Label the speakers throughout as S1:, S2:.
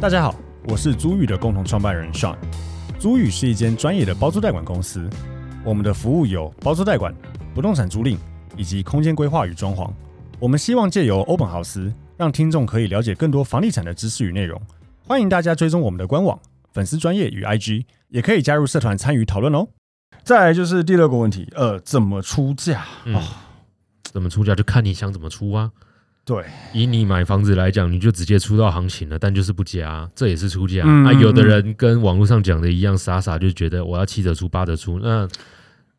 S1: 大家好，我是租宇的共同创办人 Sean。租宇是一间专业的包租代管公司，我们的服务有包租代管、不动产租赁以及空间规划与装潢。我们希望借由欧本豪斯，让听众可以了解更多房地产的知识与内容。欢迎大家追踪我们的官网、粉丝专业与 IG，也可以加入社团参与讨论哦。再来就是第六个问题，呃，怎么出价？哦
S2: 嗯，怎么出价就看你想怎么出啊。
S1: 对，
S2: 以你买房子来讲，你就直接出到行情了，但就是不加啊、这也是出价、
S1: 嗯
S2: 啊。
S1: 嗯
S2: 有的人跟网络上讲的一样，傻傻就觉得我要七折出、八折出，那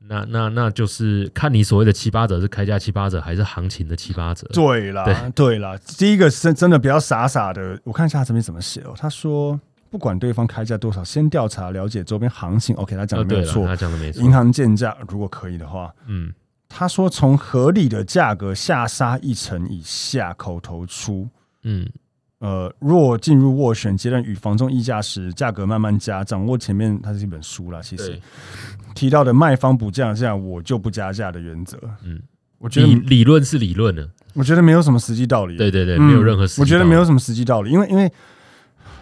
S2: 那那那就是看你所谓的七八折是开价七八折，还是行情的七八折。
S1: 对啦，对啦，第一个是真的不要傻傻的。我看一下他这边怎么写哦，他说不管对方开价多少，先调查了解周边行情。OK，他讲
S2: 啊，
S1: 的没
S2: 对
S1: 有
S2: 了，
S1: 错，
S2: 他讲的没错
S1: 银。行建价如果可以的话，
S2: 嗯，
S1: 他说从合理的价格下杀一成以下口头出。
S2: 嗯，
S1: 呃，若进入斡旋阶段与房仲议价时，价格慢慢加，掌握前面它是一本书啦。其实
S2: 对，
S1: 提到的卖方不降价，我就不加价的原则，
S2: 嗯，
S1: 我觉
S2: 理
S1: 得
S2: 理论是理论的，
S1: 我觉得没有什么实际道理。
S2: 对对对，
S1: 嗯
S2: 没有任何实际道
S1: 我
S2: 理。
S1: 觉得没有什么实际道理，因为因为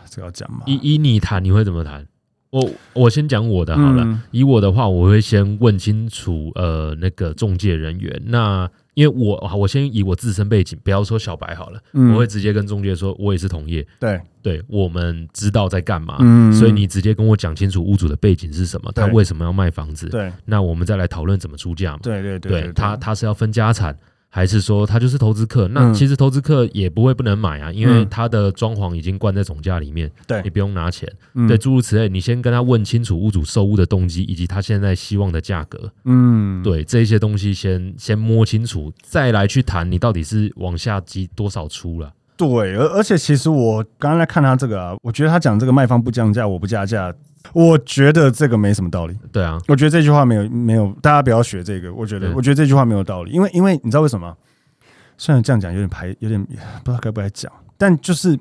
S1: 这个要讲嘛，
S2: 以以你谈，你会怎么谈？我我先讲我的好了。
S1: 嗯
S2: 以我的话，我会先问清楚呃那个中介人员。那因为我我先以我自身背景，不要说小白好了，
S1: 嗯
S2: 我会直接跟中介说，我也是同业，
S1: 对，
S2: 对我们知道在干嘛。
S1: 嗯
S2: 所以你直接跟我讲清楚屋主的背景是什么，他
S1: 对
S2: 为什么要卖房子，
S1: 对
S2: 那我们再来讨论怎么出价嘛。
S1: 对对对
S2: 对他，他是要分家产，还是说他就是投资客？那
S1: 嗯
S2: 其实投资客也不会不能买啊，因为
S1: 嗯
S2: 他的装潢已经灌在总价里面，
S1: 对
S2: 你不用拿钱。
S1: 嗯
S2: 对，诸如此类，你先跟他问清楚屋主售屋的动机以及他现在希望的价格，
S1: 嗯，
S2: 对这一些东西先先摸清楚，再来去谈你到底是往下积多少出了。
S1: 对，而而且其实我刚刚来看他这个啊，我觉得他讲这个卖方不降价，我不加价，我觉得这个没什么道理。
S2: 对啊，
S1: 我觉得这句话没有没有，大家不要学这个。我觉得
S2: 对
S1: 我觉得这句话没有道理，因为因为你知道为什么吗？虽然这样讲有点排，有点 不知道该不该讲，但就是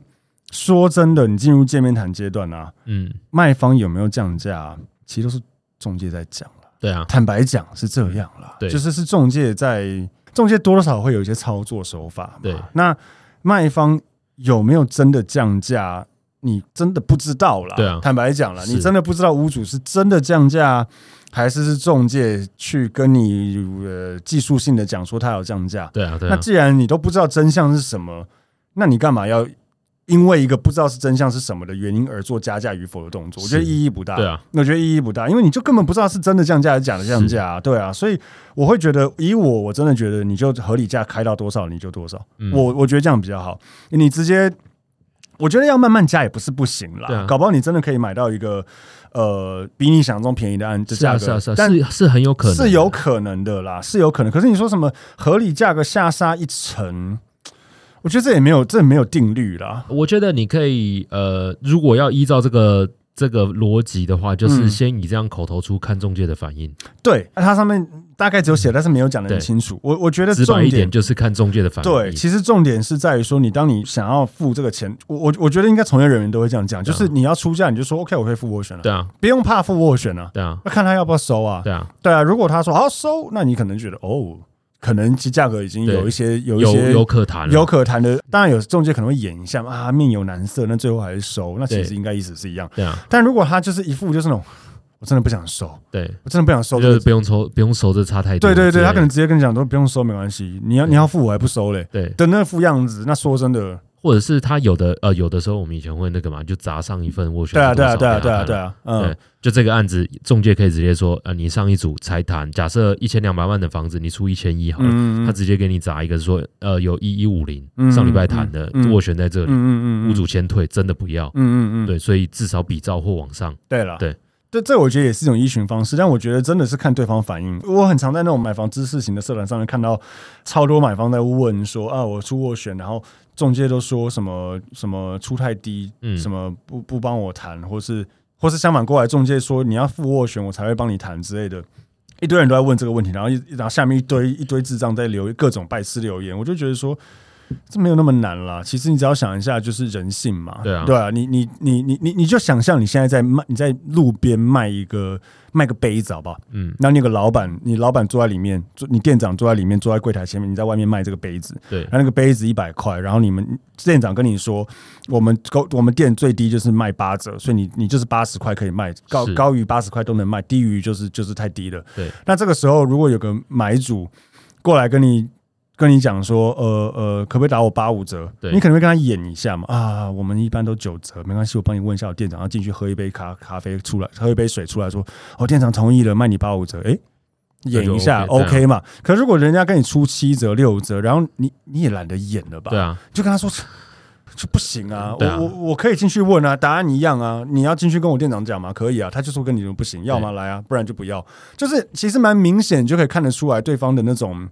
S1: 说真的，你进入见面谈阶段啊，
S2: 嗯，
S1: 卖方有没有降价、其实都是中介在讲了。
S2: 对啊，
S1: 坦白讲是这样啦，
S2: 对
S1: 就是是中介在中介多多少少会有一些操作手法嘛。
S2: 对
S1: 那卖方有没有真的降价？你真的不知道啦，
S2: 对啊
S1: 坦白讲了，
S2: 是
S1: 你真的不知道屋主是真的降价，还是是中介去跟你呃技术性的讲说他有降价。
S2: 对啊，对
S1: 那
S2: 啊，
S1: 既然你都不知道真相是什么，那你干嘛要因为一个不知道是真相是什么的原因而做加价与否的动作？我觉得
S2: 是
S1: 意义不大。
S2: 对啊，
S1: 我觉得意义不大，因为你就根本不知道是真的降价还是假的降价、啊，对啊，所以我会觉得，以我我真的觉得，你就合理价开到多少你就多少，
S2: 嗯
S1: 我我觉得这样比较好。你直接，我觉得要慢慢加也不是不行啦，
S2: 对啊
S1: 搞不好你真的可以买到一个呃比你想象中便宜的案的
S2: 是
S1: 价
S2: 啊，
S1: 格，
S2: 是啊，是啊，
S1: 但
S2: 是是很有可能啊的，
S1: 是有可能的啦，是有可能。可是你说什么合理价格下杀一成，我觉得这也没有这也没有定律啦，
S2: 我觉得你可以呃，如果要依照这个这个逻辑的话，就是
S1: 嗯
S2: 先以这样口头出看中介的反应，
S1: 对，那它上面大概只有写，但是没有讲的很
S2: 嗯对
S1: 清楚。我我觉得
S2: 直
S1: 重
S2: 白一
S1: 点
S2: 点就是看中介的反应。
S1: 对，其实重点是在于说，你当你想要付这个钱，我我我觉得应该从业人员都会这样讲，就是你要出价，你就说 OK，我会付斡旋了、
S2: 啊对啊，
S1: 不用怕付斡旋啊，
S2: 对啊，
S1: 那看他要不要收啊。
S2: 对啊，
S1: 对啊，如果他说好收，那你可能觉得哦，可能其价格已经
S2: 对
S1: 有一些有一
S2: 有
S1: 些
S2: 有可谈了，啊
S1: 有可谈的，当然有中介可能会演一下嘛啊，面有难色，那最后还是收，那其实
S2: 对
S1: 应该意思是一样。
S2: 对啊，
S1: 但如果他就是一副就是那种，我真的不想收，
S2: 对。
S1: 我真的不想收这
S2: 就
S1: 个
S2: 是不用抽，不用收这差太多
S1: 对
S2: 之类的。
S1: 对对，他可能直接跟你讲说不用收没关系，你要你要付我还不收嘞
S2: 对，
S1: 的那副样子，那说真的，
S2: 或者是他有的呃，有的时候我们以前会那个嘛，就砸上一份斡旋
S1: 对啊，
S2: 是
S1: 对
S2: 多
S1: 啊，
S2: 少。
S1: 对啊，
S2: 给
S1: 对
S2: 他
S1: 啊，
S2: 看
S1: 对
S2: 了
S1: 啊，嗯
S2: 对，就这个案子，中介可以直接说，呃，你上一组才谈，假设一千两百万的房子，你出一千一好了，
S1: 嗯
S2: 他直接给你砸一个说，呃，有一一五零
S1: 嗯
S2: 上礼拜谈的
S1: 嗯嗯
S2: 斡旋在这
S1: 嗯
S2: 里，
S1: 嗯嗯嗯，
S2: 屋主先退，真的不要。
S1: 嗯，嗯嗯嗯，
S2: 对，所以至少比照或往上。
S1: 对了，
S2: 对。
S1: 这这我觉得也是一种依循方式，但我觉得真的是看对方反应。我很常在那种买房知识型的社团上面看到超多买方在问说啊，我出斡旋，然后中介都说什么什么出太低，
S2: 嗯
S1: 什么不不帮我谈，或是或是相反过来，中介说你要付斡旋，我才会帮你谈之类的。一堆人都在问这个问题，然后一然后下面一堆一堆智障在留各种拜师留言，我就觉得说，这没有那么难啦。其实你只要想一下，就是人性嘛。
S2: 对啊
S1: 对啊，你你你你你你就想象你现在在卖，你在路边卖一个卖个杯子，好不好？
S2: 嗯，
S1: 然后你有个老板，你老板坐在里面，坐你店长坐在里面，坐在柜台前面，你在外面卖这个杯子，
S2: 对
S1: 然后那个杯子一百块，然后你们店长跟你说，我们高我们店最低就是卖八折，所以你你就是八十块可以卖，高
S2: 是
S1: 高于八十块都能卖，低于就是就是太低了。
S2: 对，
S1: 那这个时候如果有个买主过来跟你。跟你讲说，呃呃，可不可以打我八五折？
S2: 对
S1: 你可能会跟他演一下嘛。啊，我们一般都九折，没关系，我帮你问一下我店长，然后进去喝一杯咖咖啡出来，喝一杯水出来说，哦，店长同意了，卖你八五折。诶，
S2: 那就
S1: 演一下
S2: OK，这
S1: OK 嘛。可如果人家跟你出七折六折，然后你你也懒得演了吧？
S2: 对啊，
S1: 就跟他说这不行啊，
S2: 对啊
S1: 我我我可以进去问啊，答案一样啊，你要进去跟我店长讲嘛，可以啊，他就说跟你说不行，要么来啊，不然就不要，就是其实蛮明显，就可以看得出来对方的那种。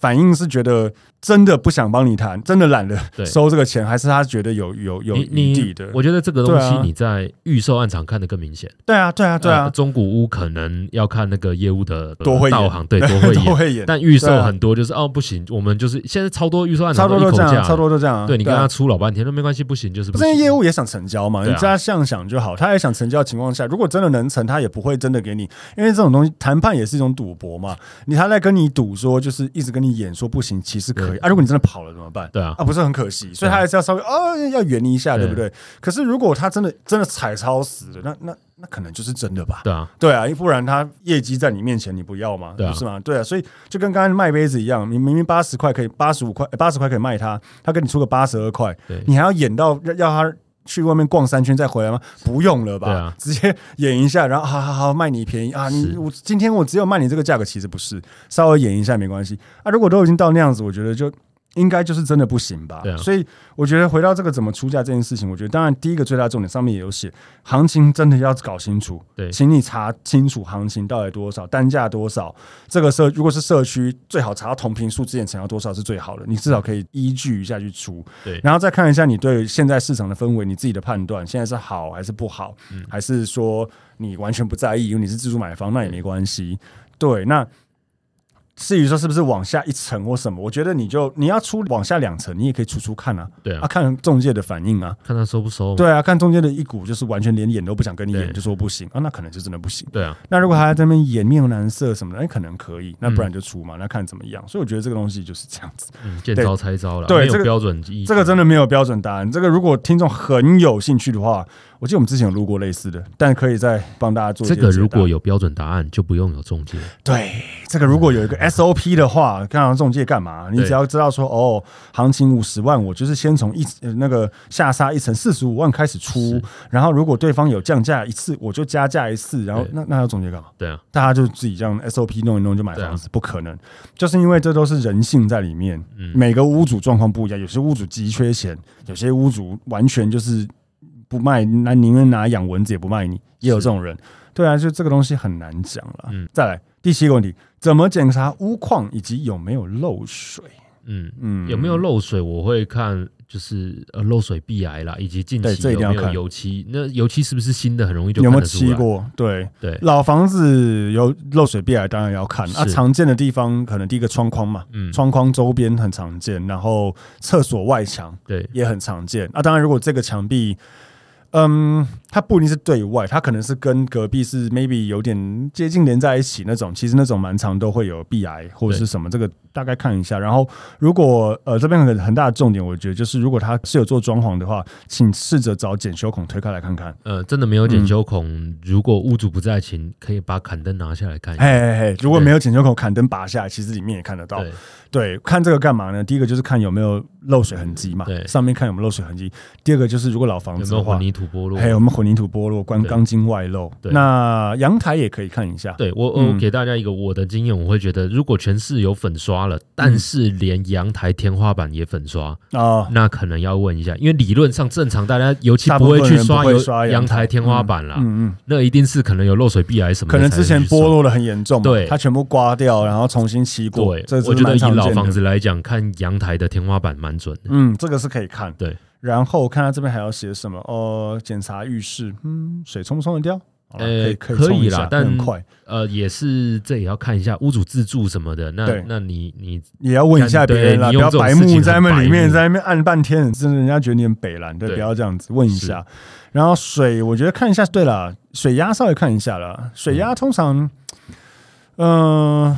S1: 反应是觉得真的不想帮你谈，真的懒得
S2: 对
S1: 收这个钱，还是他觉得有有有
S2: 你
S1: 余地
S2: 你
S1: 的，？
S2: 我觉得这个东
S1: 对
S2: 西
S1: 啊
S2: 你在预售案场看得更明显。
S1: 对啊，对啊，对
S2: 呃
S1: 啊，
S2: 中古屋可能要看那个业务的呃
S1: 多会演
S2: 道 行，对，多会
S1: 都
S2: 演。
S1: 会演，
S2: 但预售
S1: 对啊
S2: 很多就是哦不行，我们就是现在超多预售案
S1: 差
S2: 场
S1: 不多
S2: 都一
S1: 都
S2: 口
S1: 这样啊，
S2: 价，
S1: 差不多都这样啊。
S2: 对你跟
S1: 啊
S2: 他出老半天都没关系，不行就是不
S1: 不是因
S2: 行。
S1: 为业务也想成交嘛，
S2: 对
S1: 你
S2: 啊
S1: 这样想想就好。他也想成交的情况下，如果真的能成，他也不会真的给你，因为这种东西谈判也是一种赌博嘛。你他在跟你赌说，就是一直跟你演说不行，其实可以
S2: 对
S1: 啊。如果你真的跑了怎么办？
S2: 对啊，
S1: 啊，不是很可惜，所以他还是要稍微哦要圆你一下，
S2: 对
S1: 对不对？可是如果他真的真的踩超死了，那那那可能就是真的吧。
S2: 对啊，
S1: 对啊，不然他业绩在你面前，你不要吗？
S2: 对啊
S1: 不是吗？对啊，所以就跟刚刚卖杯子一样，你明明八十块可以，八十五块，哎八十块可以卖他，他跟你出个八十二块
S2: 对，
S1: 你还要演到要要他去外面逛三圈再回来吗？不用了吧，
S2: 对啊
S1: 直接演一下，然后好好好卖你便宜啊！你
S2: 是
S1: 我今天我只有卖你这个价格，其实不是，稍微演一下没关系啊。如果都已经到那样子，我觉得就。应该就是真的不行吧，
S2: 对啊
S1: 所以我觉得回到这个怎么出价这件事情，我觉得当然第一个最大重点上面也有写，行情真的要搞清楚，
S2: 对
S1: 请你查清楚行情到底多少，单价多少。这个社如果是社区，最好查到同平数之前成交多少是最好的，你至少可以依据一下去出。
S2: 对
S1: 然后再看一下你对现在市场的氛围，你自己的判断，现在是好还是不好，
S2: 嗯
S1: 还是说你完全不在意，因为你是自住买方，那也没关系。
S2: 嗯
S1: 对，那。至于说是不是往下一层或什么，我觉得你就你要出往下两层，你也可以出出看啊，
S2: 对啊
S1: 啊，看中介的反应啊，
S2: 看他收不收嘛。
S1: 对啊，看中间的一股就是完全连演都不想跟你演，
S2: 嗯对
S1: 就说不行啊，那可能就真的不行。
S2: 对啊，
S1: 那如果还在那边演面有难色什么的，那、哎可能可以，那不然就出嘛，那看怎么样。所以我觉得这个东西就是这样子，
S2: 嗯，见招拆招了，
S1: 对
S2: 没
S1: 这
S2: 有
S1: 个
S2: 标准依据
S1: 这个真的没有标准答案。这个如果听众很有兴趣的话，我记得我们之前有录过类似的，但可以再帮大家做一些
S2: 嗯这个
S1: 解答
S2: 如果有标准答案，就不用有中介。
S1: 对这个如果有一
S2: 嗯
S1: 个 SOP 的话，看到中介干嘛？你
S2: 对
S1: 只要知道说哦，行情五十万，我就是先从一呃那个下杀一层四十五万开始出
S2: 是，
S1: 然后如果对方有降价一次，我就加价一次，然后
S2: 对
S1: 那那要中介干嘛？
S2: 对啊，
S1: 大家就自己这样 SOP 弄一弄就买
S2: 对啊
S1: 房子，不可能，就是因为这都是人性在里面。
S2: 嗯
S1: 每个屋主状况不一样，有些屋主急缺钱，有些屋主完全就是不卖，那宁愿拿养蚊子也不卖你，也有这种人。对啊，就这个东西很难讲了。
S2: 嗯
S1: 再来第七个问题，怎么检查屋况以及有没有漏水？
S2: 嗯，
S1: 嗯，
S2: 有没有？漏水？我会看就是呃漏水壁癌啦，以及近
S1: 对
S2: 期
S1: 这一
S2: 有
S1: 定要
S2: 没有
S1: 看
S2: 油漆，那油漆是不是新的，很容易就
S1: 有
S2: 看
S1: 没
S2: 得
S1: 有
S2: 出
S1: 漆
S2: 来。
S1: 过？对，
S2: 对，
S1: 老房子有漏水壁癌，当然要看。啊，
S2: 是
S1: 常见的地方可能第一个窗框嘛，
S2: 嗯，
S1: 窗框周边很常见，然后厕所外墙
S2: 对
S1: 也很常见。啊，当然，如果这个墙壁，嗯，它不一定是对外，它可能是跟隔壁是 maybe 有点接近连在一起那种，其实那种蛮常都会有壁癌或者是什么，这个大概看一下。然后，如果呃这边很很大的重点，我觉得就是如果它是有做装潢的话，请试着找检修孔推开来看看。
S2: 呃，真的没有
S1: 嗯
S2: 检修孔，如果屋主不在请可以把砍灯拿下来看一下。
S1: 嘿嘿嘿，如果没有检修孔，砍灯拔下来，其实里面也看得到。
S2: 对，
S1: 对，看这个干嘛呢？第一个就是看有没有漏水痕迹嘛，
S2: 对
S1: 上面看有没有漏水痕迹。第二个就是如果老房
S2: 有
S1: 子的
S2: 没有
S1: 话
S2: 混，凝土剥落？
S1: 还有我们混凝土剥落、关
S2: 对
S1: 钢筋外露，
S2: 对
S1: 那阳台也可以看一下。
S2: 对我，
S1: 嗯
S2: 我给大家一个我的经验，我会觉得，如果全室有粉刷了，
S1: 嗯
S2: 但是连阳台、天花板也粉刷，
S1: 啊，
S2: 那可能要问一下，因为理论上正常大家油漆
S1: 大
S2: 不
S1: 部
S2: 会
S1: 分
S2: 去
S1: 人
S2: 刷
S1: 不会
S2: 油
S1: 刷阳
S2: 阳
S1: 台
S2: 台、天花板啦，
S1: 嗯嗯，
S2: 那一定是可能有漏水壁癌什么的
S1: 可
S2: 才
S1: 能
S2: 会去
S1: 之前
S2: 刷，
S1: 剥落的很严重嘛，
S2: 对
S1: 它全部刮掉，然后重新漆过，
S2: 对，
S1: 这是
S2: 我觉得
S1: 蛮常
S2: 以老
S1: 见的
S2: 房子来讲，看阳台的天花板蛮准的。
S1: 嗯，这个是可以看。
S2: 对，
S1: 然后看他这边还要写什么？哦，检查浴室，嗯，水冲不冲得掉？好啦
S2: 呃
S1: 可
S2: 可以
S1: 冲一
S2: 啦
S1: 下
S2: 但
S1: 很快
S2: 呃，也是这也要看一下屋主自住什么的。那
S1: 对
S2: 那你你
S1: 也要问一下别人啦，不
S2: 对你用
S1: 要
S2: 这种
S1: 白
S2: 事情
S1: 目
S2: 很
S1: 在那边里
S2: 白
S1: 面
S2: 目
S1: 在那边按半天，真的人家觉得你很北蓝，对，
S2: 对
S1: 不要这样子，问一
S2: 是
S1: 下。然后水，我觉得看一下，对了，水压稍微看一下啦，水压通常，嗯。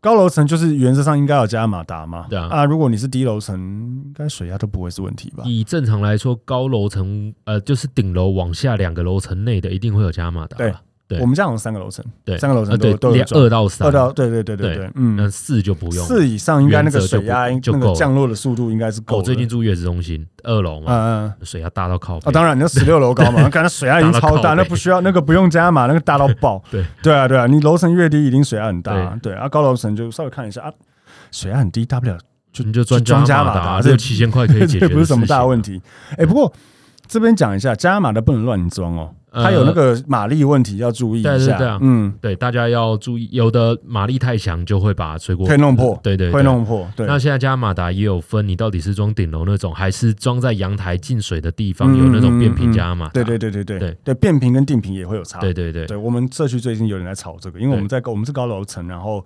S1: 高楼层就是原则上应该要加马达嘛，
S2: 对啊
S1: 啊，如果你是低楼层，应该水压都不会是问题吧？
S2: 以正常来说，高楼层呃就是顶楼往下两个楼层内的，一定会有加码达吧。
S1: 对
S2: 对
S1: 我们家好像三个楼层，
S2: 对
S1: 三个楼层
S2: 呃
S1: 都
S2: 对
S1: 都有
S2: 两
S1: 装
S2: 二到三，
S1: 二到对对对对
S2: 对
S1: 对，嗯，
S2: 那四就不用了。哦
S1: 四以上应该那个
S2: 原则就
S1: 水压
S2: 不就
S1: 那
S2: 够
S1: 个
S2: 了
S1: 降落的速度应该是够
S2: 我
S1: 的。
S2: 最近住月子中心二楼嘛，
S1: 嗯嗯。
S2: 水压大到靠
S1: 啊，
S2: 背。
S1: 当然，你那十六楼高嘛，感觉水压已经超大，
S2: 大到靠
S1: 那
S2: 背
S1: 不需要，那个不用加码，那个大到爆。
S2: 对
S1: 对啊，对啊，你楼层越低，一定水压很大。对啊，高楼层就稍微看一下啊，水压很低，大不了就
S2: 你就专
S1: 装加马
S2: 马达
S1: 达，
S2: 六七千块可以解决，
S1: 这不是什么大问。题。哎，不过这边讲一下，加码的不能乱装哦，
S2: 呃
S1: 它有那个马力问题要注意
S2: 对
S1: 一
S2: 对
S1: 下
S2: 对啊。
S1: 嗯，
S2: 对，大家要注意，有的马力太强就会把水果
S1: 会弄破
S2: 对对，对
S1: 会。弄破。对，
S2: 那现在加马达也有分，你到底是装顶楼那种，还是装在阳台进水的地方
S1: 嗯
S2: 有那种
S1: 嗯
S2: 变频
S1: 嗯
S2: 加马达？
S1: 对对对对对
S2: 对
S1: 对，变频跟定频也会有差。
S2: 对对对
S1: 对，我们社区最近有人在吵这个，因为我们在我们是高楼层，然后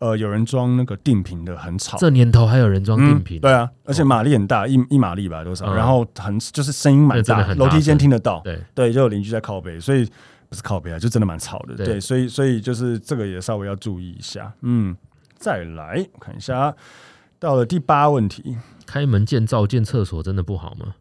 S1: 呃有人装那个定频的很吵。
S2: 这年头还有人装定频，哦
S1: 对啊，而且马力很大，一一马力吧多少，
S2: 嗯
S1: 然后很就是声音蛮
S2: 那真的
S1: 大，
S2: 很大
S1: 楼梯间
S2: 声
S1: 听得到。
S2: 对
S1: 对，就有邻居在靠背，所以不是靠背啊，就真的蛮吵的。
S2: 对
S1: 对，所以所以就是这个也稍微要注意一下。嗯，再来我看一下，到了第八问题，
S2: 开门见灶建厕所真的不好吗？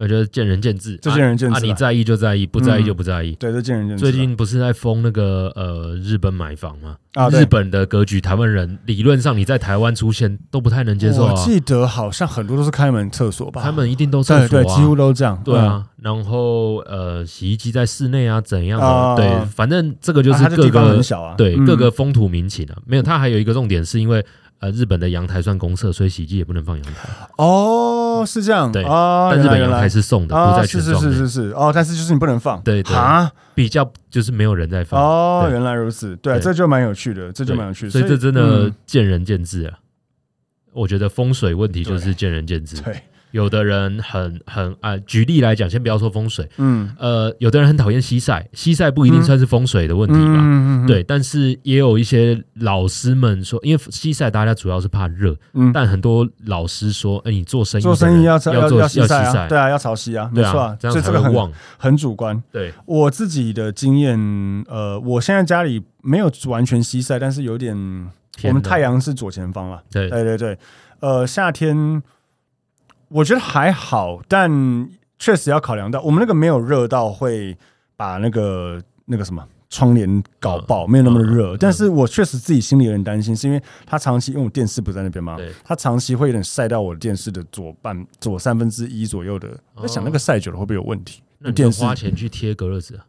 S2: 我觉得见仁见智，
S1: 这见仁见智
S2: 啊
S1: 啊
S2: 啊，你在意就在意，不在意就不在意。
S1: 对，这见仁见智啊。
S2: 最近不是在封那个呃日本买房吗？
S1: 啊对
S2: 日本的格局，台湾人理论上你在台湾出现都不太能接受
S1: 我
S2: 啊，
S1: 记得好像很多都是开门厕所吧，
S2: 他们一定都厕
S1: 对
S2: 所
S1: 对，
S2: 啊，
S1: 几乎都这样。
S2: 对
S1: 嗯
S2: 啊，然后呃，洗衣机在室内啊，怎样的？
S1: 啊
S2: 对，反正这个就
S1: 啊
S2: 是
S1: 它
S2: 各
S1: 地方
S2: 个、
S1: 很小啊，
S2: 对、
S1: 嗯
S2: 各个风土民情啊。没有，它还有一个重点是因为呃，日本的阳台算公厕，所以洗衣机也不能放阳台，
S1: 哦是这样，
S2: 对
S1: 啊，
S2: 但日
S1: 原来
S2: 本阳台
S1: 原来
S2: 是送的，
S1: 啊
S2: 不在
S1: 是
S2: 全
S1: 是
S2: 幢内，
S1: 是是是哦，但是就是你不能放，
S2: 对对
S1: 啊，
S2: 比较就是没有人在放，
S1: 哦，
S2: 对
S1: 原来如此，对啊，
S2: 对
S1: 这就蛮有趣的，这就
S2: 对
S1: 蛮有趣的，
S2: 所以这真的
S1: 嗯
S2: 见仁见智啊。我觉得风水问题就是见仁见智，
S1: 对，
S2: 有的人很很啊、举例来讲，先不要说风水，
S1: 嗯，
S2: 呃，有的人很讨厌西晒，西晒不一定
S1: 嗯
S2: 算是风水的问题吧。
S1: 嗯，嗯，
S2: 对，但是也有一些老师们说，因为西晒大家主要是怕热，
S1: 嗯嗯
S2: 但很多老师说，哎、你做生意
S1: 做
S2: 的
S1: 生
S2: 人
S1: 意要
S2: 要
S1: 要
S2: 做
S1: 西晒
S2: 西
S1: 啊，
S2: 晒
S1: 对啊，要潮汐啊，没
S2: 对
S1: 错
S2: 啊
S1: 啊，，
S2: 这
S1: 所
S2: 样
S1: 以这
S2: 才
S1: 个
S2: 会
S1: 很
S2: 旺。
S1: 很主观。
S2: 对，
S1: 我自己的经验，呃，我现在家里没有完全西晒，但是有点，我
S2: 天
S1: 们
S2: 哪
S1: 太阳是左前方了，
S2: 对
S1: 对对对，呃，夏天我觉得还好，但确实要考量到我们那个没有热到会把那个那个什么。窗帘
S2: 嗯
S1: 搞爆，没有那么热，但是我确实自己心里有点担心，是因为它长期因为我电视不在那边嘛
S2: 对，
S1: 它长期会有点晒到我电视的左半左三分之一左右的，我在想
S2: 哦
S1: 那个晒久了会不会有问题？
S2: 那你就
S1: 电视
S2: 花钱去贴隔热纸啊？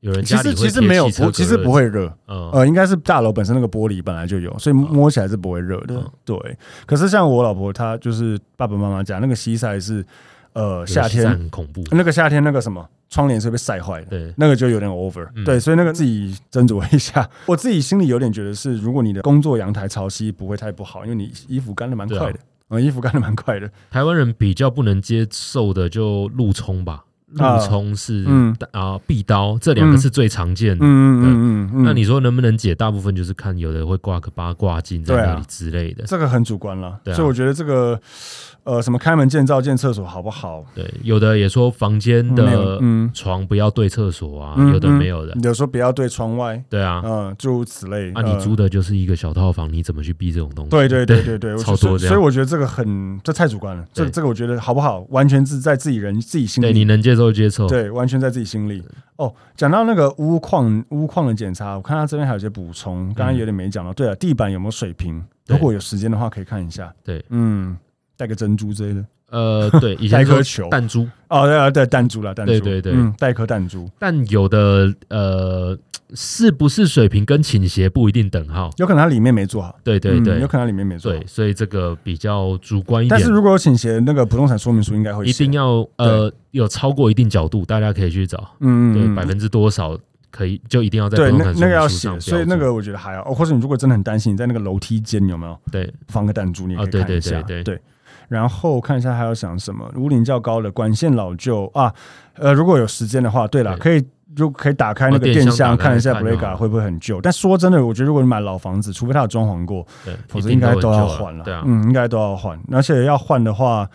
S2: 有人
S1: 其
S2: 家里
S1: 实
S2: 会
S1: 其实
S2: 贴
S1: 没有
S2: 汽车
S1: 不，其实
S2: 隔热
S1: 不
S2: 纸，
S1: 会热，
S2: 嗯、
S1: 呃，应该是大楼本身那个玻璃本来就有，所以摸起来是不会热的。
S2: 嗯
S1: 对，可是像我老婆她就是爸爸妈妈家那个西晒是，呃，夏
S2: 有的西晒
S1: 天
S2: 很恐怖。
S1: 那个夏天那个什么窗帘是被晒坏的。
S2: 对，
S1: 那个就有点 over，、
S2: 嗯
S1: 对，所以那个自己斟酌一下。 我自己心里有点觉得是，如果你的工作阳台潮汐不会太不好，因为你衣服干的蛮
S2: 对啊
S1: 快的，嗯，衣服干的蛮快的，
S2: 台湾人比较不能接受的就路冲吧，路
S1: 啊
S2: 冲是
S1: 嗯
S2: 啊，壁刀这两个
S1: 嗯
S2: 是最常见的。
S1: 嗯嗯嗯嗯。
S2: 那你说能不能解？大部分就是看有的会挂个八卦镜在
S1: 对啊
S2: 那里之类的。
S1: 这个很主观了，
S2: 对啊
S1: 所以我觉得这个，呃，什么开门见灶建厕所好不好？
S2: 对，有的也说房间
S1: 没有
S2: 的
S1: 嗯
S2: 床不要对厕所啊，
S1: 嗯
S2: 有的
S1: 嗯
S2: 没有的，
S1: 有时候不要对窗外，
S2: 对啊。
S1: 嗯，诸如此类。
S2: 啊，你
S1: 呃
S2: 租的就是一个小套房，你怎么去避这种东西？
S1: 对对对对对，我
S2: 超
S1: 就
S2: 多
S1: 所
S2: 这
S1: 以
S2: 样
S1: 所以我觉得这个很，这太主观了。这
S2: 对
S1: 这个我觉得好不好，完全是在自己人自己心
S2: 对，你
S1: 里。
S2: 能接受就接受。
S1: 对，完全在自己心里。哦，讲到那个屋况屋况的检查，我看他这边还有些补充，刚刚有点没讲到。对了，啊地板有没有水平？
S2: 嗯对
S1: 如果有时间的话，可以看一下。
S2: 对，
S1: 嗯，带个珍珠之类的。
S2: 呃，对，以前
S1: 带颗
S2: 说
S1: 球
S2: 弹珠，
S1: 哦，对啊对，弹珠啦，弹珠。
S2: 对对对
S1: 嗯，带颗弹珠，
S2: 但有的呃，是不是水平跟倾斜不一定等号？
S1: 有可能它里面没做好。
S2: 对对
S1: 嗯
S2: 对
S1: 有可能它里面没做好
S2: 对，。所以这个比较主观一
S1: 但是
S2: 点，
S1: 如果有倾斜，那个不动产说明书应该会
S2: 一
S1: 写
S2: 定要呃有超过一定角度，大家可以去找，
S1: 嗯，
S2: 对，
S1: 嗯
S2: 百分之多少可以就一定要在
S1: 对，
S2: 不动
S1: 那
S2: 产
S1: 那个要
S2: 说明书上
S1: 写，所以
S2: 标
S1: 那
S2: 注
S1: 个我觉得还好。哦，或者你如果真的很担心，你在那个楼梯间有没有
S2: 对
S1: 放个弹珠，你也可
S2: 啊
S1: 以
S2: 对
S1: 看一
S2: 对
S1: 下。
S2: 对
S1: 对。然后看一下还要想什么，屋龄较高的管线老旧啊，呃，如果有时间的话，对了，
S2: 对
S1: 可以就可以打开那
S2: 哦
S1: 个
S2: 电
S1: 电
S2: 箱
S1: 箱
S2: 打开
S1: 看一下
S2: 看
S1: Brega
S2: 哦
S1: 会不会很旧。但说真的，我觉得如果你买老房子，除非它有装潢过，
S2: 对，
S1: 否
S2: 一
S1: 则
S2: 定
S1: 应该
S2: 很
S1: 都要
S2: 久
S1: 换了。
S2: 对啊，
S1: 嗯，应该都要换，而且要换的话，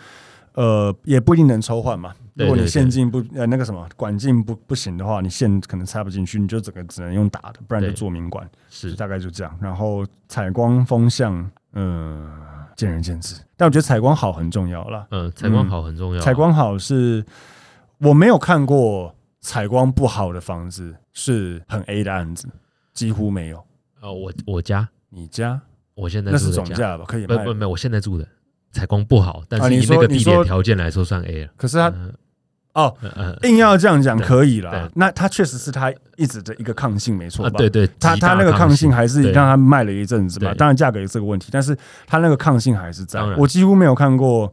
S1: 呃，也不一定能抽换嘛。
S2: 对
S1: 如果你
S2: 对
S1: 线
S2: 对
S1: 进不呃那个什么管径不不行的话，你线可能插不进去，你就整个只能用打的，不然就
S2: 对
S1: 做明管，
S2: 是
S1: 大概就这样。然后采光风向，嗯、见仁见智。但我觉得采光好很重要啦，
S2: 嗯，采光
S1: 嗯
S2: 好很重要啊，
S1: 采光好是我没有看过采光不好的房子是很 A 的案子，几乎没有。
S2: 啊，我我家
S1: 你家
S2: 我现在
S1: 那
S2: 住
S1: 是
S2: 的
S1: 总
S2: 家，
S1: 价吧？可以
S2: 不
S1: 卖
S2: 不没有，我现在住的采光不好，但
S1: 啊
S2: 是
S1: 你
S2: 以那
S1: 说
S2: 个
S1: 你
S2: 地
S1: 说
S2: 点条件来说算 A 了。
S1: 可是它
S2: 嗯
S1: 哦，
S2: 嗯嗯
S1: 硬要这样讲
S2: 对
S1: 可以啦
S2: 对。
S1: 那它确实是它一直的一个抗性，没错
S2: 啊，
S1: 吧？
S2: 对对，
S1: 它
S2: 极
S1: 它
S2: 大
S1: 那个
S2: 抗
S1: 抗性还是
S2: 对
S1: 让它卖了一阵子嘛，
S2: 对
S1: 当然价格也是个问题，但是它那个抗性还是在
S2: 当。然
S1: 我几乎没有看过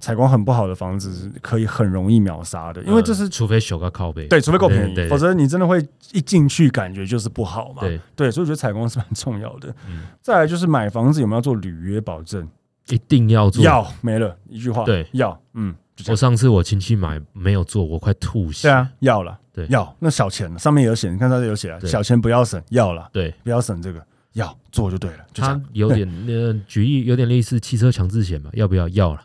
S1: 采光很不好的房子是可以很容易秒杀的，因为这是
S2: 嗯除非修个靠背，
S1: 对，除非够便
S2: 对
S1: 宜，
S2: 对
S1: 否则你真的会一进去感觉就是不好嘛。
S2: 对
S1: 对，所以我觉得采光是蛮重要的
S2: 嗯。
S1: 再来就是买房子有没有做履约保证？
S2: 一定要做。
S1: 要没了一句话，
S2: 对
S1: 要嗯，就这样
S2: 我上次我亲戚买没有做，我快吐血。
S1: 对啊，要了，
S2: 对
S1: 要那小钱上面也有写，你看它这有写啊，
S2: 对
S1: 小钱不要省，要了，
S2: 对，
S1: 不要省这个，要做就对了，就这
S2: 他
S1: 样。
S2: 有点呃，举例有点类似汽车强制险嘛，要不要？要了，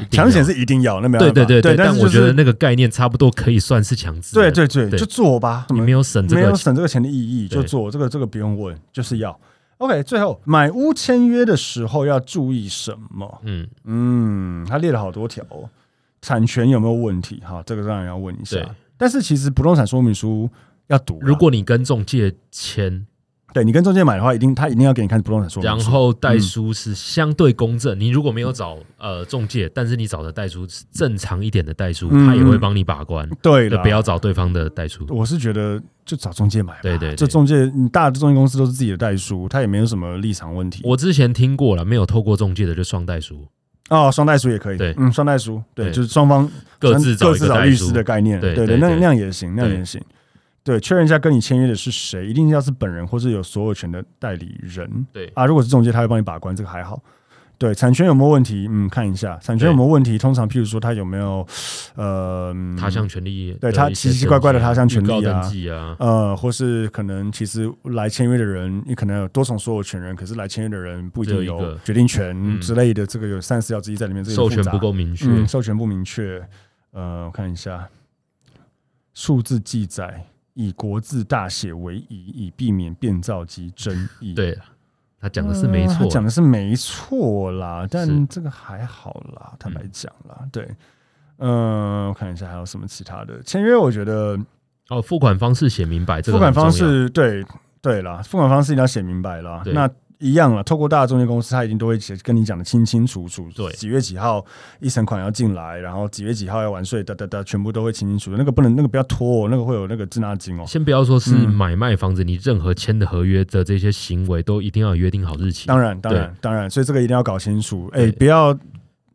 S2: 一定要
S1: 强险是一定要，那没有
S2: 对
S1: 办
S2: 对
S1: 法
S2: 对
S1: 对，
S2: 但
S1: 是
S2: 我
S1: 就
S2: 觉得
S1: 是
S2: 那个概念差不多可以算是强制
S1: 对
S2: 的。
S1: 对对，
S2: 对
S1: 就做吧，
S2: 你没有省这
S1: 没
S2: 个
S1: 有，省这个钱的意义，
S2: 对
S1: 就做这个这个不用问，就是要。OK，最后买屋签约的时候要注意什么？
S2: 嗯，
S1: 嗯，他列了好多条哦，产权有没有问题？哈，这个当然要问一下
S2: 对。
S1: 但是其实不动产说明书要读啦，
S2: 如果你跟中介签，
S1: 对你跟中介买的话，一定他一定要给你看不动产说明
S2: 然
S1: 书。
S2: 后代
S1: 嗯
S2: 书是相对公正，你如果没有找呃中介，但是你找的代书是正常一点的代书，
S1: 嗯
S2: 他也会帮你把关，
S1: 对
S2: 就
S1: 了，
S2: 不要找对方的代书。
S1: 我是觉得就找中介买吧，
S2: 对对对
S1: 这中介你大的中介公司都是自己的代书，他也没有什么立场问题。
S2: 我之前听过了，没有透过中介的就双代书，
S1: 哦，双代书也可以，
S2: 对
S1: 嗯，双代书，对，
S2: 对
S1: 就是双方
S2: 各自
S1: 各
S2: 找一
S1: 自
S2: 个
S1: 找
S2: 代
S1: 律
S2: 书
S1: 师的概念，
S2: 对
S1: 对
S2: 对
S1: 那
S2: 对
S1: 那样也行，那样
S2: 对
S1: 也行。对，确认一下跟你签约的是谁，一定要是本人或是有所有权的代理人
S2: 对
S1: 啊。如果是中介，他会帮你把关，这个还好。对，产权有没有问题？嗯，看一下产权有没有问题。通常，譬如说他有没有呃嗯
S2: 他项权利的
S1: 对
S2: 一些登记啊，
S1: 他奇奇怪怪的他项权利啊
S2: 预告登记啊，
S1: 呃，或是可能其实来签约的人，你可能有多重所有权人，可是来签约的人不一定
S2: 只有一
S1: 有
S2: 个
S1: 决定权
S2: 嗯
S1: 之类的，这个有三十条之一在里面，这个
S2: 授
S1: 有点
S2: 权
S1: 复杂
S2: 不够明确，
S1: 嗯，授权不明确。呃，我看一下，数字记载以国字大写为宜，以避免变造及争议。
S2: 对啊，他讲的
S1: 呃，
S2: 是没
S1: 他
S2: 错，
S1: 讲的是没错啦，但
S2: 是
S1: 这个还好啦，坦白讲啦，对。呃，我看一下还有什么其他的签约，我觉得
S2: 哦，付款方式写明白，这
S1: 付
S2: 个
S1: 款
S2: 很重
S1: 方
S2: 要，
S1: 式对对啦，付款方式一定要写明白啦。
S2: 对
S1: 那一样了，透过大的中介公司，他一定都会写跟你讲的清清楚楚，
S2: 对
S1: 几月几号一层款要进来，然后几月几号要完税，哒哒哒，全部都会清清楚楚。那个不能，那个不要拖、哦，那个会有那个滞纳金哦。
S2: 先不要说是
S1: 嗯
S2: 买卖房子，你任何签的合约的这些行为都一定要约定好日期，
S1: 当然，当然，当然，所以这个一定要搞清楚。哎、
S2: 对
S1: 不要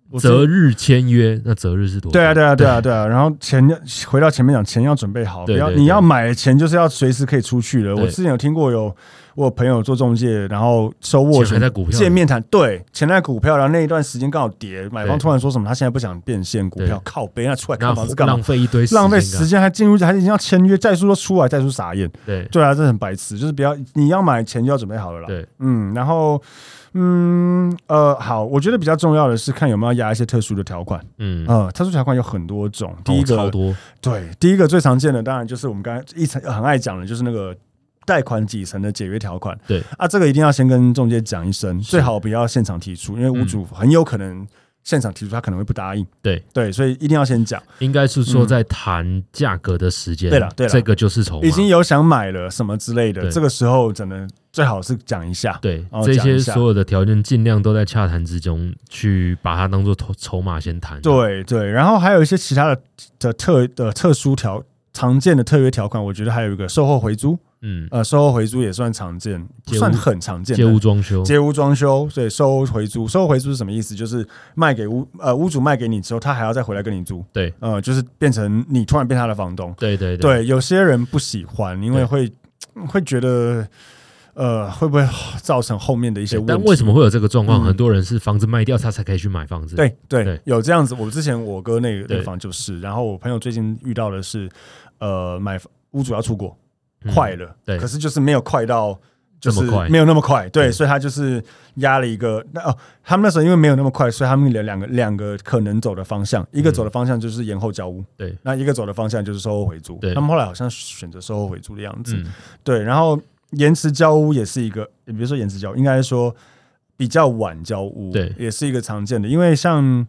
S1: 我
S2: 择日签约，那择日是多久？
S1: 对啊，对啊，对啊，对啊。然后钱要回到前面讲，钱要准备好，不
S2: 对
S1: 要
S2: 对对
S1: 你要买的钱就是要随时可以出去的。
S2: 对
S1: 我之前有听过有我有朋友做中介，然后收斡
S2: 钱
S1: 旋
S2: 还在股票里
S1: 见面谈，对，钱在股票，然后那一段时间刚好跌，买方
S2: 对
S1: 突然说什么他现在不想变现股票
S2: 对，
S1: 靠背那出来看
S2: 那
S1: 房子干嘛
S2: 浪？费一堆
S1: 浪费时
S2: 间啊
S1: 间还进入还已经要签约，再说都出来，再说傻眼。
S2: 啊，对
S1: 对啊，这很白痴，就是不要你要买钱就要准备好了啦。
S2: 对，
S1: 嗯，然后嗯呃，好，我觉得比较重要的是看有没有压一些特殊的条款。
S2: 嗯，
S1: 呃，特殊条款有很多种，第一
S2: 哦
S1: 个、
S2: 超多，
S1: 对，第一个最常见的当然就是我们刚才一层很爱讲的，就是那个贷款几成的解约条款。
S2: 对
S1: 啊，这个一定要先跟中介讲一声，
S2: 是
S1: 最好不要现场提出，因为屋主很有可能现场提出，他可能会不答应。
S2: 对
S1: 对，所以一定要先讲。
S2: 应该是说在谈价格的时间，
S1: 嗯对了对了
S2: 这个就是筹码，
S1: 已经有想买了什么之类的，
S2: 对
S1: 这个时候只能最好是讲一下。
S2: 对
S1: 哦，
S2: 这
S1: 讲一
S2: 些
S1: 下
S2: 所有的条件尽量都在洽谈之中，去把它当做筹筹码先谈。，
S1: 对对，然后还有一些其他的的特的特殊条常见的特约条款，我觉得还有一个售后回租，
S2: 嗯，
S1: 呃，售后回租也算常见，不
S2: 借屋
S1: 算很常见的。
S2: 借屋装修，
S1: 街屋装修，所以售后回租。售后回租是什么意思？就是卖给屋呃屋主卖给你之后，他还要再回来跟你租。
S2: 对，
S1: 呃，就是变成你突然变他的房东。
S2: 对对，
S1: 对，有些人不喜欢，因为
S2: 对
S1: 会会觉得呃会不会造成后面的一些问题？
S2: 但为什么会有这个状况？
S1: 嗯
S2: 很多人是房子卖掉，他才可以去买房子。，
S1: 对对
S2: 对
S1: 有这样子，我之前我哥那个
S2: 对
S1: 地方就是，然后我朋友最近遇到的是，呃，买屋主要出国，
S2: 嗯
S1: 快了，
S2: 对
S1: 可是就是没有快到。就
S2: 这
S1: 是
S2: 么快
S1: 没有那么快，对，
S2: 嗯
S1: 所以他就是压了一个那哦，他们那时候因为没有那么快，所以他们有两个两个可能走的方向，一个走的方向就是延后交屋，
S2: 嗯对
S1: 那一个走的方向就是售后回租，
S2: 对
S1: 他们后来好像选择售后回租的样子，
S2: 嗯
S1: 对，然后延迟交屋也是一个，也别说延迟交屋，应该说比较晚交屋，
S2: 对
S1: 也是一个常见的。因为像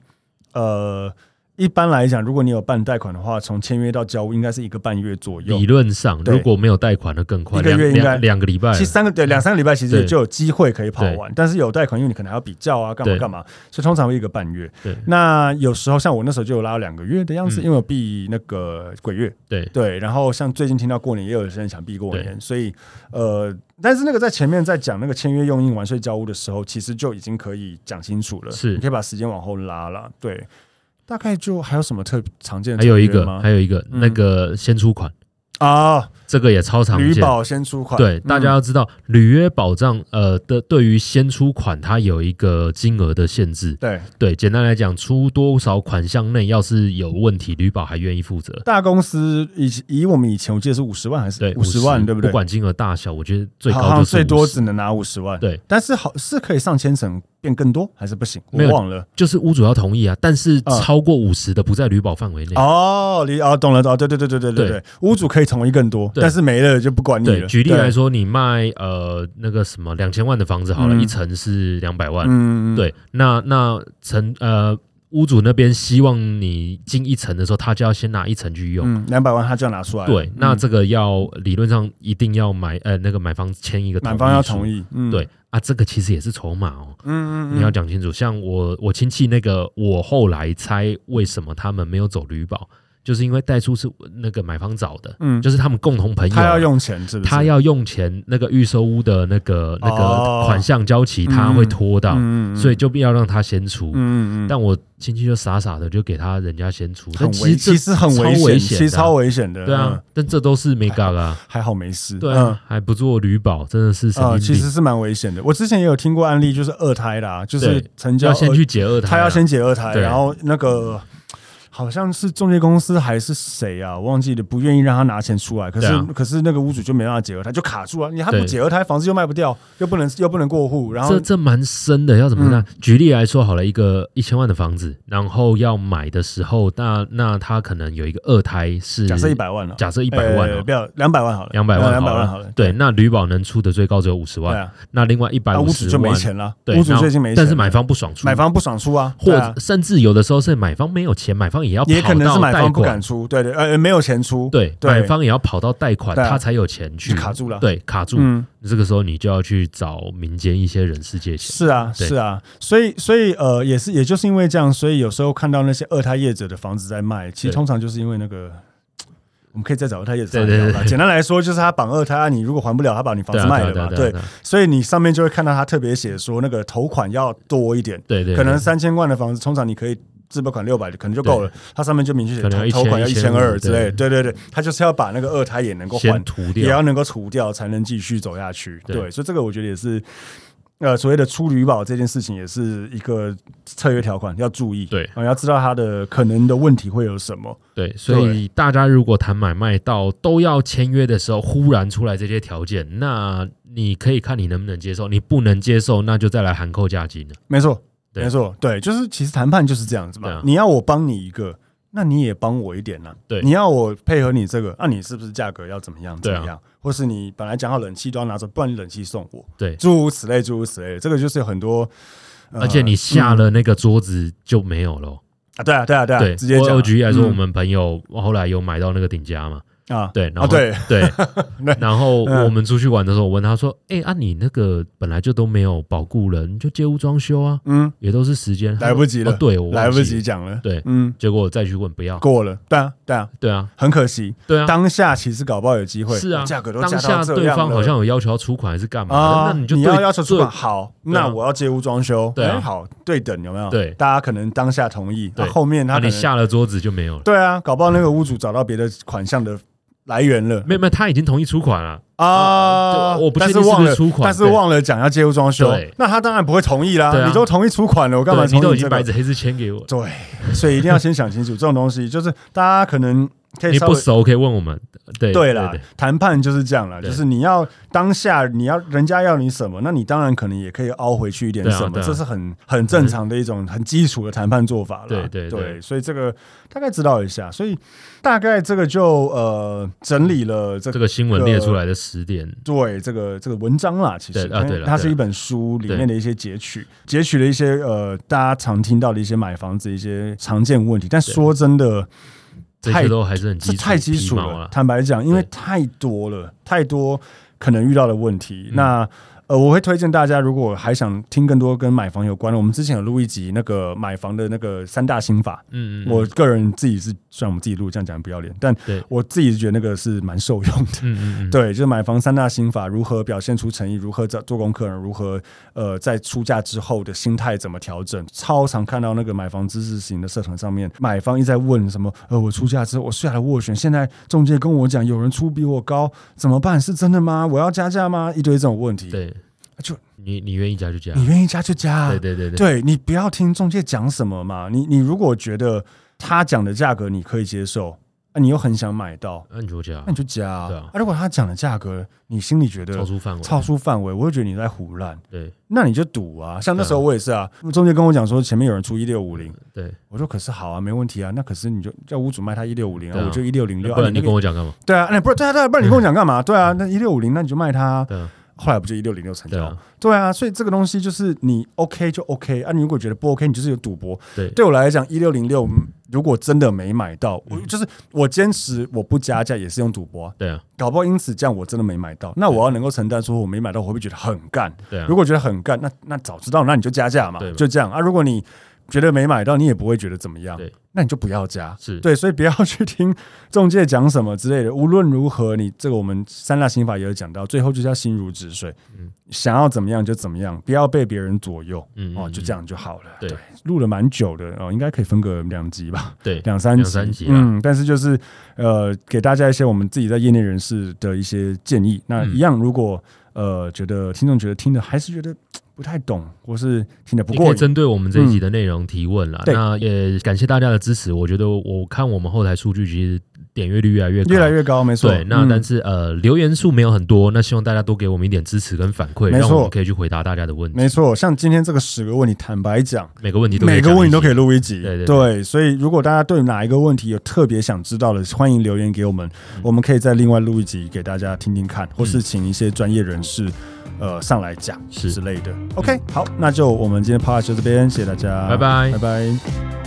S1: 呃，一般来讲，如果你有办贷款的话，从签约到交屋应该是一个半月左右
S2: 理，论上
S1: 对
S2: 如果没有贷款的更快，
S1: 一个
S2: 两
S1: 月应该
S2: 两两个礼拜嗯
S1: 其实三个对两三个礼拜其实
S2: 对
S1: 就有机会可以跑完，但是有贷款，因为你可能还要比较啊，干嘛
S2: 对
S1: 干嘛，所以通常会一个半月。
S2: 对
S1: 那有时候像我那时候就有拉到两个月的样子，
S2: 嗯
S1: 因为我避那个鬼月，
S2: 对
S1: 对，然后像最近听到过年，也有些人想避过年，所以呃，但是那个在前面在讲那个签约用印完税交屋的时候，其实就已经可以讲清楚了，
S2: 是
S1: 你可以把时间往后拉了，对，大概就还有什么特常见的
S2: 还
S1: 条约吗？
S2: 有一个还有一个
S1: 嗯
S2: 那个先出款，
S1: 啊，
S2: 这个也超常
S1: 旅
S2: 见。
S1: 保先出款，
S2: 对，大家
S1: 嗯
S2: 要知道，履约保障呃的对于先出款，它有一个金额的限制。
S1: 对
S2: 对，简单来讲，出多少款项内要是有问题，旅保还愿意负责。
S1: 大公司以以我们以前我记得是五十万还是
S2: 对，
S1: 五十万，对
S2: 不
S1: 对？
S2: 管金额大小，我觉得最
S1: 好
S2: 高
S1: 像
S2: 就是
S1: 最多
S2: 50
S1: 只能拿五十万，
S2: 对，
S1: 但是好是可以上千层变更多还是不行，
S2: 没
S1: 我
S2: 有
S1: 忘了
S2: 就是屋主要同意啊，但是
S1: 嗯
S2: 超过五十的不在旅保范围内。
S1: 哦，你哦懂了，哦对对对对对对
S2: 对
S1: 对，屋主可以同意更多，
S2: 对
S1: 但是没了就不管你
S2: 对，
S1: 了。
S2: 举例
S1: 对
S2: 来，说，你卖呃那个什么两千万的房子好了，
S1: 嗯
S2: 一层是两百万，
S1: 嗯，
S2: 对，那那层呃屋主那边希望你进一层的时候，他就要先拿一层去用。
S1: 嗯，两百万他就要拿出来了，
S2: 对
S1: 嗯，
S2: 那这个要理论上一定要买，呃，那个买方签一个
S1: 买方要同
S2: 意
S1: 意，嗯，
S2: 书。对啊，这个其实也是筹码哦，
S1: 嗯，嗯嗯，
S2: 你要讲清楚。像我我亲戚那个，我后来猜为什么他们没有走旅保，就是因为代书是那个买方找的，
S1: 嗯，
S2: 就是他们共同朋友啊，
S1: 他要用钱是不是？
S2: 他要用钱，那个预售屋的那个那
S1: 哦
S2: 个款项交齐，他会拖到，
S1: 嗯，嗯嗯
S2: 所以就必要让他先出。
S1: 嗯嗯嗯，
S2: 但我亲戚就傻傻的就给他人家先出，但
S1: 很危，
S2: 其实
S1: 其实很
S2: 超
S1: 危
S2: 危
S1: 其
S2: 险
S1: 实
S2: 的啊
S1: 超危险的，
S2: 这对啊
S1: 嗯，，
S2: 但这都是没嘎啦，
S1: 还好没事，
S2: 对
S1: 嗯
S2: 啊，还不做旅保，真的是神
S1: 啊、
S2: 经
S1: 其
S2: 病
S1: 实，是蛮危险的。我之前也有听过案例，就是二胎啦，就是
S2: 对
S1: 成交
S2: 要先
S1: 二
S2: 去解二胎啊，
S1: 他要先解二胎，
S2: 对
S1: 然后那个好像是中介公司还是谁啊，忘记了，不愿意让他拿钱出来。可是、
S2: 对啊
S1: 可是那个屋主就没办法解二胎，就卡住了。你他不
S2: 对
S1: 解二胎，房子又卖不掉，又不能又不能过户，然后嗯
S2: 这这蛮深的，要怎么看？举例来说，好了，一个一千万的房子，然后要买的时候，那那他可能有一个二胎是
S1: 假设一百万了，
S2: 假设一百万
S1: 呃
S2: 哦
S1: 不，要两百万好了，
S2: 两百万
S1: 两百万好
S2: 好
S1: 了哎
S2: 了，，对，那旅保能出的最高只有五十
S1: 对
S2: 万，
S1: 啊，
S2: 那另外一百
S1: 那
S2: 五
S1: 屋主
S2: 十
S1: 就没
S2: 万，
S1: 钱了，
S2: 对，
S1: 屋主
S2: 那
S1: 最近没钱了，
S2: 但是买方不爽出，
S1: 买方不爽出啊，
S2: 或
S1: 对啊
S2: 者甚至有的时候是买方没有钱，买方也要
S1: 也
S2: 跑
S1: 可能是
S2: 到
S1: 买
S2: 贷
S1: 方不
S2: 款
S1: 敢，出，对对，呃，没有钱出，
S2: 对，
S1: 对
S2: 买方也要跑到贷款，
S1: 对啊
S2: 他才有钱去
S1: 就卡住了
S2: 对，卡住，
S1: 嗯。
S2: 这个时候你就要去找民间一些人士借钱，
S1: 是啊，
S2: 对
S1: 是啊，所以所以呃，也是也就是因为这样，所以有时候看到那些二胎业者的房子在卖，其实
S2: 对
S1: 通常就是因为那个。我们可以再找二胎业者
S2: 对
S1: 商量
S2: 对
S1: 啦
S2: 对对
S1: 简单来说，就是他绑二胎，啊你如果还不了，他把你房
S2: 对
S1: 子
S2: 啊，
S1: 卖了
S2: 对啊对
S1: 嘛。
S2: 啊
S1: 对
S2: 对，啊
S1: 所以你上面就会看到他特别写说，那个头款要多一点，
S2: 对对，对
S1: 可能三千万的房子，通常你可以自备款六百，可能就够了。它上面就明确
S2: 可能
S1: 写
S2: 要
S1: 头款要一
S2: 1000
S1: 千二之类。对
S2: 对
S1: 对对，他就是要把那个二胎也能够还
S2: 先涂
S1: 也要
S2: 掉，
S1: 能够除掉，才能继续走下去。对，
S2: 对
S1: 所以这个我觉得也是，呃，所谓的出旅保这件事情，也是一个策略条款要注意，
S2: 对
S1: 啊，要知道它的可能的问题会有什么。
S2: 对，所以大家如果谈买卖到都要签约的时候，忽然出来这些条件，那你可以看你能不能接受，你不能接受，那就再来函扣价金了。
S1: 没错，
S2: 对
S1: 没错，对，就是其实谈判就是这样子嘛，
S2: 对啊
S1: 你要我帮你一个。那你也帮我一点呐、
S2: 对
S1: 你要我配合你这个，那、啊你是不是价格要怎么样怎
S2: 对啊
S1: 么样？或是你本来讲好冷气都要拿走，不然你冷气送我，
S2: 对，
S1: 诸如此类，诸如此类，这个就是有很多，呃
S2: 而且你下了那个桌子就没有了哦。
S1: 啊，对啊，对啊，对啊，
S2: 对，
S1: 直接讲啊。
S2: 我举例来说，
S1: 嗯
S2: 我们朋友后来有买到那个顶加嘛，
S1: 啊，
S2: 对，然
S1: 啊
S2: 后
S1: 对
S2: 对
S1: 对，
S2: 然后
S1: 嗯
S2: 我们出去玩的时候，我问他说：“哎，啊，你那个本来就都没有保固了，你就借屋装修啊，
S1: 嗯，
S2: 也都是时间
S1: 来不及了
S2: 哦对，我忘记
S1: 来不及。讲了。
S2: 对
S1: 嗯，
S2: 结果我再去问，不要，
S1: 过了，对啊，对啊，
S2: 对啊，
S1: 很可惜。
S2: 对啊，
S1: 当下其实搞不好有机会，
S2: 是啊，
S1: 价格都
S2: 当
S1: 加
S2: 下
S1: 到这
S2: 对
S1: 样
S2: 方
S1: 了
S2: 好像有要求要出款还是干嘛
S1: 啊，
S2: 的？那你就
S1: 要
S2: 对
S1: 要求出
S2: 对
S1: 款，好，那
S2: 啊
S1: 我要借屋装修，
S2: 对啊
S1: 哎好对等有没有？
S2: 对
S1: 大家可能当下同意，那
S2: 对
S1: 后面
S2: 那
S1: 他可
S2: 啊你
S1: 能
S2: 下了桌子就没有了。
S1: 对啊，搞不好那个屋主找到别的款项的来源了
S2: 没有没有，他已经同意出款了，
S1: 啊，
S2: 对我不
S1: 但
S2: 确
S1: 是
S2: 定是
S1: 忘
S2: 不是
S1: 了
S2: 出款
S1: 但是
S2: 对
S1: 忘了讲要借屋装修
S2: 对，
S1: 那他当然不会同意
S2: 对
S1: 啦，
S2: 啊
S1: 你都同意出款了，我干嘛
S2: 对你
S1: 同
S2: 都
S1: 意这
S2: 已经
S1: 个
S2: 白纸黑字签给我了，
S1: 对，所以一定要先想清楚这种东西，就是大家可能可以
S2: 你
S1: 稍
S2: 不
S1: 微
S2: 熟可以问我们。对
S1: 对
S2: 了
S1: 啦，，谈判就是这样啦，
S2: 对
S1: 就是你要当下你要人家要你什么，那你当然可能也可以凹回去一点
S2: 对啊
S1: 什么，
S2: 对啊
S1: 这是很很正常的一种很基础的谈判做法了。
S2: 对对对
S1: 所以这个大概知道一下，所以大概这个就呃整理了这
S2: 这
S1: 个。
S2: 个新闻列出来的十点，
S1: 对这个这个文章啦，其实哎
S2: 对啊对了
S1: 它
S2: 对
S1: 是
S2: 了
S1: 一本书里
S2: 对
S1: 面的一些截取，截取了一些呃大家常听到的一些买房子一些常见问题。但
S2: 对
S1: 说真的，
S2: 这
S1: 太
S2: 些都还是很基
S1: 这
S2: 础，
S1: 太基
S2: 皮
S1: 础
S2: 毛
S1: 了。
S2: 啦
S1: 坦白讲，因为
S2: 对
S1: 太多了，太多可能遇到的问
S2: 嗯
S1: 题。那呃，我会推荐大家，如果还想听更多跟买房有关的，我们之前有录一集那个买房的那个三大心法。
S2: 嗯嗯，嗯
S1: 我个人自己是，虽然我们自己录这样讲不要脸，但
S2: 对
S1: 我自己觉得那个是蛮受用的。
S2: 嗯嗯嗯，
S1: 对，就是买房三大心法，如何表现出诚意，如何做做功课，如何呃在出价之后的心态怎么调整。超常看到那个买房知识型的社团上面，买方一直在问什么，呃，我出价之后我下了斡旋，现在中介跟我讲有人出比我高，怎么办？是真的吗？我要加价吗？一堆这种问题，
S2: 对，
S1: 啊就
S2: 你你愿意加就加，
S1: 你愿意加就加啊，
S2: 对对对对，
S1: 对你不要听中介讲什么嘛。你你如果觉得他讲的价格你可以接受，啊，你又很想买到。
S2: 那你就加
S1: 那，你就加啊！
S2: 对啊
S1: 如果他讲的价格你心里觉得
S2: 超出范围，
S1: 超出范围，我会觉得你在胡乱，
S2: 对
S1: 那你就赌啊。像那
S2: 对啊
S1: 时候我也是啊，中介跟我讲说前面有人出一六五零，
S2: 对，
S1: 我说可是好啊，没问题啊，那可是你就叫屋主卖他一六五零
S2: 对
S1: 啊，
S2: 啊
S1: 我就一六零六，
S2: 不
S1: 啊
S2: 然你
S1: 那
S2: 跟
S1: 个
S2: 我嗯讲干嘛？
S1: 对啊，那不是对啊对啊，不然你跟我讲干嘛？对啊，那一六五零那你就卖他啊，
S2: 对啊
S1: 后来不就一六零六成
S2: 对
S1: 交？
S2: 啊
S1: 对啊，所以这个东西就是你 OK 就 OK 啊，你如果觉得不 OK，你就是有赌博。
S2: 对
S1: 对我来讲，一六零六如果真的没买到，
S2: 嗯
S1: 我就是我坚持我不加价也是用赌博啊，
S2: 对啊
S1: 搞不好因此这样我真的没买到，那我要能够承担说我没买到，我会不会觉得很干？
S2: 对啊
S1: 如，果觉得很干，那那早知道那你就加价嘛
S2: 对，嘛
S1: 就这样啊。如果你觉得没买到，你也不会觉得怎么样
S2: 对，
S1: 那你就不要加。
S2: 是
S1: 对，所以不要去听中介讲什么之类的。无论如何，你这个我们三大心法也有讲到，最后就是要心如止水，
S2: 嗯
S1: 想要怎么样就怎么样，不要被别人左右。
S2: 嗯
S1: 哦，就这
S2: 样，
S1: 样就好了。
S2: 对，
S1: 录了蛮久的哦，应该可以分个两集吧。
S2: 对，
S1: 两三集，
S2: 两三集啊啦
S1: 嗯，但是就是呃，给大家一些我们自己在业内人士的一些建议。那
S2: 嗯
S1: 一样，如果呃觉得听众觉得听的还是觉得嘖不太懂，或是听的不
S2: 你可
S1: 过
S2: 以
S1: 瘾，
S2: 针对我们这一集的内容提问啦。
S1: 对
S2: 那也感谢大家的支持，我觉得我看我们后台数据，其实点阅率越来越高，
S1: 越来越高，没错。
S2: 对，那
S1: 嗯
S2: 但是、呃，留言数没有很多，那希望大家多给我们一点支持跟反馈，
S1: 没错
S2: 让我们可以去回答大家的问题。
S1: 嗯没错，像今天这个十个问题，坦白讲，
S2: 每个问题都可以
S1: 每个问题都可
S2: 以。
S1: 以录一集。
S2: 对对
S1: 所以如果大家对哪一个问题有特别想知道的，欢迎留言给我们，
S2: 嗯
S1: 我们可以再另外录一集给大家听听看，或是请一些专业人士。呃，上来讲
S2: 是
S1: 之类的。OK，好，那就我们今天 p a r 就这边，谢谢大家，
S2: 拜拜
S1: 拜拜。